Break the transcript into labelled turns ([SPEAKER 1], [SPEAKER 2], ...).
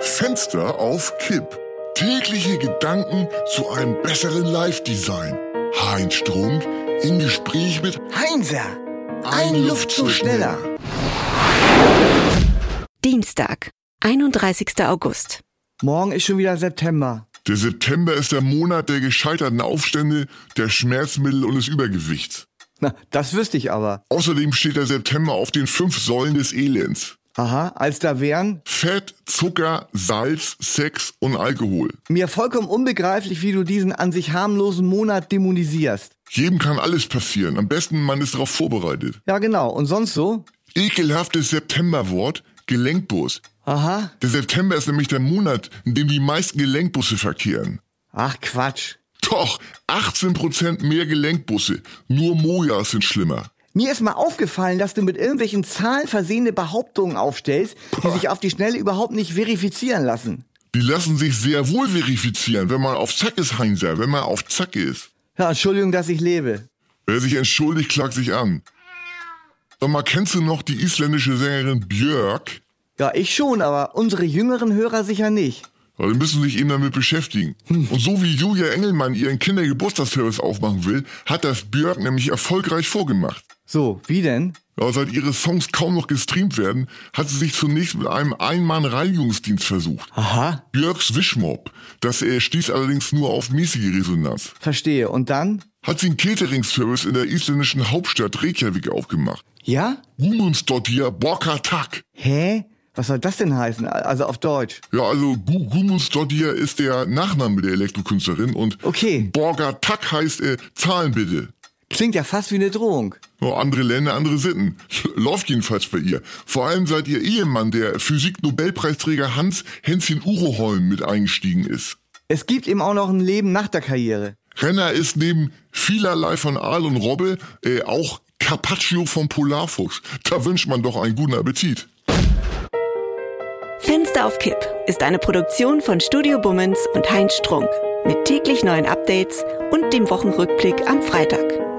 [SPEAKER 1] Fenster auf Kipp. Tägliche Gedanken zu einem besseren Live-Design. Heinz Strunk im Gespräch mit
[SPEAKER 2] Heinzer, ein, Luftzug ne. schneller.
[SPEAKER 3] Dienstag, 31. August.
[SPEAKER 2] Morgen ist schon wieder September.
[SPEAKER 1] Der September ist der Monat der gescheiterten Aufstände, der Schmerzmittel und des Übergewichts.
[SPEAKER 2] Na, das wüsste ich aber.
[SPEAKER 1] Außerdem steht der September auf den fünf Säulen des Elends.
[SPEAKER 2] Aha, als da wären
[SPEAKER 1] Fett, Zucker, Salz, Sex und Alkohol.
[SPEAKER 2] mir vollkommen unbegreiflich, wie du diesen an sich harmlosen Monat dämonisierst.
[SPEAKER 1] Jedem kann alles passieren. Am besten man ist darauf vorbereitet.
[SPEAKER 2] Ja, genau. Und sonst so?
[SPEAKER 1] Ekelhaftes Septemberwort, Gelenkbus.
[SPEAKER 2] Aha.
[SPEAKER 1] Der September ist nämlich der Monat, in dem die meisten Gelenkbusse verkehren.
[SPEAKER 2] Ach, Quatsch.
[SPEAKER 1] Doch, 18% mehr Gelenkbusse. Nur Mojas sind schlimmer.
[SPEAKER 2] Mir ist mal aufgefallen, dass du mit irgendwelchen Zahlen versehene Behauptungen aufstellst, die sich auf die Schnelle überhaupt nicht verifizieren lassen.
[SPEAKER 1] Die lassen sich sehr wohl verifizieren, wenn man auf Zack ist, Heinzer, wenn man auf Zack ist.
[SPEAKER 2] Ja, Entschuldigung, dass ich lebe.
[SPEAKER 1] Wer sich entschuldigt, klagt sich an. Sag mal, kennst du noch die isländische Sängerin Björk?
[SPEAKER 2] Ja, ich schon, aber unsere jüngeren Hörer sicher nicht.
[SPEAKER 1] Weil die Also, müssen sich eben damit beschäftigen. Und so wie Julia Engelmann ihren Kindergeburtstagsservice aufmachen will, hat das Björk nämlich erfolgreich vorgemacht.
[SPEAKER 2] So, wie denn?
[SPEAKER 1] Aber seit ihre Songs kaum noch gestreamt werden, hat sie sich zunächst mit einem Einmann-Reinigungsdienst versucht.
[SPEAKER 2] Aha.
[SPEAKER 1] Björks Wischmob, das äh, stieß allerdings nur auf mäßige Resonanz,
[SPEAKER 2] Verstehe. Und dann?
[SPEAKER 1] hat sie einen Catering-Service in der isländischen Hauptstadt Reykjavik aufgemacht.
[SPEAKER 2] Ja?
[SPEAKER 1] Gumundsdottir Borkatak.
[SPEAKER 2] Hä? Was soll das denn heißen? Also auf Deutsch.
[SPEAKER 1] Ja, also Gu- Gumundsdottir ist der Nachname der Elektrokünstlerin und
[SPEAKER 2] Okay.
[SPEAKER 1] Borkatak heißt äh, Zahlen bitte.
[SPEAKER 2] Klingt ja fast wie eine Drohung.
[SPEAKER 1] Ja, andere Länder, andere Sitten. Läuft jedenfalls bei ihr. Vor allem seit ihr Ehemann, der Physik-Nobelpreisträger Hans Hänschen Uroholm, mit eingestiegen ist.
[SPEAKER 2] Es gibt eben auch noch ein Leben nach der Karriere.
[SPEAKER 1] Renner ist neben vielerlei von Aal und Robbe äh, auch Carpaccio vom Polarfuchs. Da wünscht man doch einen guten Appetit.
[SPEAKER 3] Fenster auf Kipp ist eine Produktion von Studio Bummens und Heinz Strunk. Mit täglich neuen Updates und dem Wochenrückblick am Freitag.